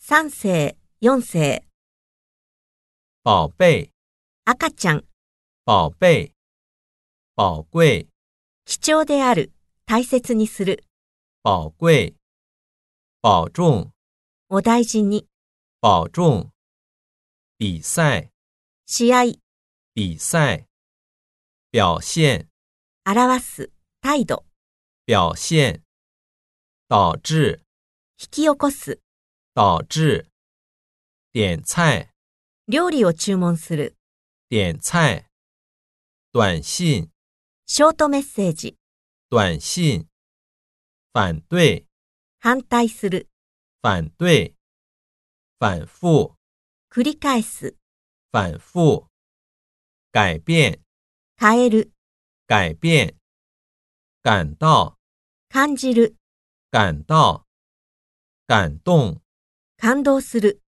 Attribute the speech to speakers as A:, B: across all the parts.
A: 3世、4世、
B: 宝贝，
A: 赤ちゃん、
B: 宝贝，宝贵，
A: 貴重である、大切にする、
B: 宝贵，保重，
A: お大事に、
B: 保重。比赛，
A: 試合、
B: 比赛，表现，
A: 表す、態度、
B: 表现，导致，
A: 引き起こす、
B: 导致。点菜，
A: 料理を注文する、
B: 点菜。短信，
A: ショートメッセージ、
B: 短信。反对，
A: 反対する、
B: 反对。反复，
A: 繰り返す、
B: 反复。改变，
A: 変える、
B: 改变。感到，
A: 感じる、
B: 感到。感动，
A: 感動する、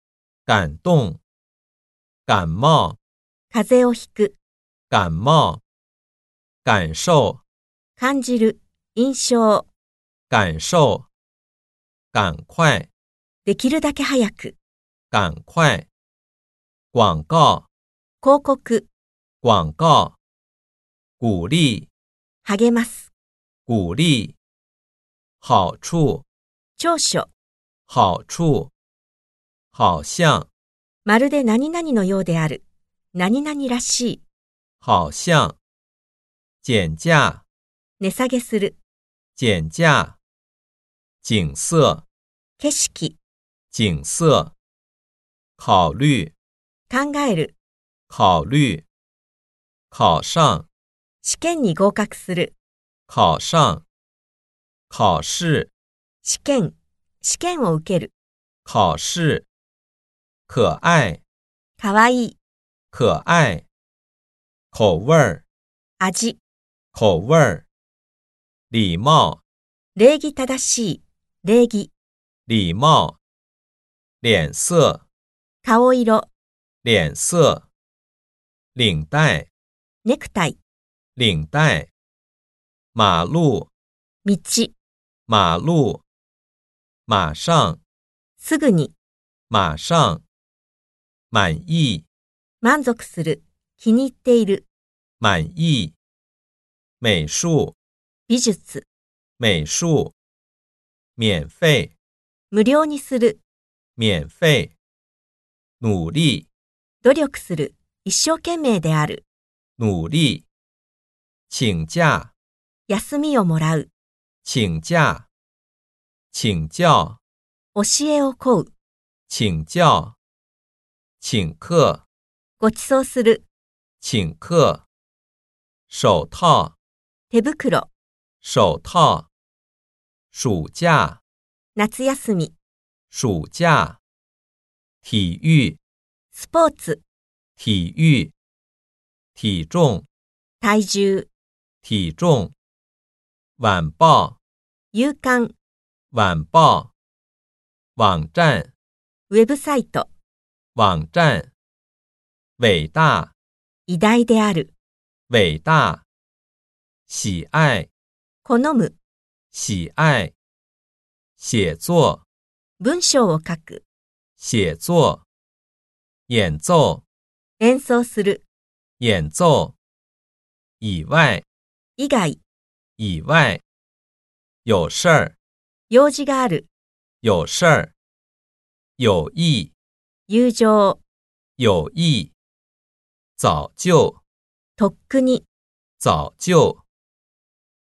B: 感动。感冒，
A: 風邪をひく、
B: 感冒。感受，
A: 感じる、印象、
B: 感受。赶快，
A: できるだけ早く、
B: 赶快。广告，
A: 広告、
B: 广告。鼓励，
A: 励ます、
B: 鼓励。好处，
A: 長所、
B: 好处。好像，
A: まるで何々のようである、何々らしい、
B: 好像。减价，
A: 値下げする、
B: 减价。景色，
A: 景色、
B: 景色。考虑，
A: 考える、
B: 考虑。考上，
A: 試験に合格する、
B: 考上。考试，
A: 試験、試験を受ける、
B: 考试。可爱，
A: かわいい、
B: 可爱。口味儿，
A: 味、
B: 口味儿。礼貌，
A: 礼儀正しい、礼儀、
B: 礼貌。脸色，
A: 顔色、
B: 脸色。领带，
A: ネクタイ、
B: 领带。马路，
A: 道、
B: 马路。马上，
A: すぐに、
B: 马上。满意，
A: 満足する、気に入っている、
B: 满意。美术，
A: 美術、
B: 美术。免费，
A: 無料にする、
B: 免费。努力，
A: 努力する、一生懸命である、
B: 努力。请假，
A: 休みをもらう、
B: 请假。请教，
A: 教えを請う、
B: 请教。请客，
A: ご馳走する、
B: 请客。手套，
A: 手袋、
B: 手套。暑假，
A: 夏休み、
B: 暑假。体育，
A: スポーツ、
B: 体育。体重，
A: 体重、
B: 体重。晚报，
A: 夕刊、
B: 晚报。网站，
A: ウェブサイト、
B: 网站。伟大，
A: 偉大である、
B: 伟大。喜爱，
A: 好む、
B: 喜爱。写作，
A: 文章を書く、
B: 写作。演奏，
A: 演奏する、
B: 演奏。以外，
A: 以外、
B: 以外。有事儿，
A: 用事がある、
B: 有事儿。有意，
A: 友情、
B: 有意。早就，
A: とっくに、
B: 早就。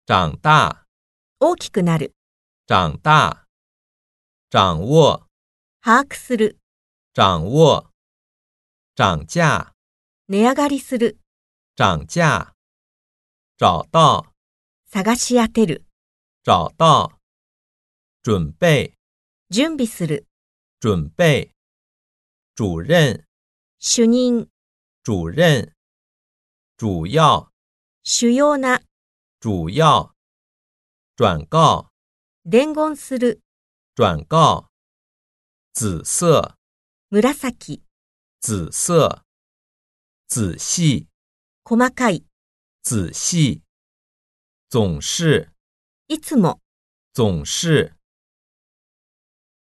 B: 长大，
A: 大きくなる、
B: 长大。掌握，
A: 把握する、
B: 掌握。涨价，
A: 値上がりする、
B: 涨价。找到。
A: 探し当てる、
B: 找到，准备，
A: 準備する、
B: 准备，主任，
A: 主任、
B: 主任，主要，
A: 主要な、
B: 主要，转告，
A: 伝言する、
B: 转告，紫色，
A: 紫、
B: 紫色，仔细，
A: 細かい、
B: 仔细，总是，
A: いつも、
B: 总是，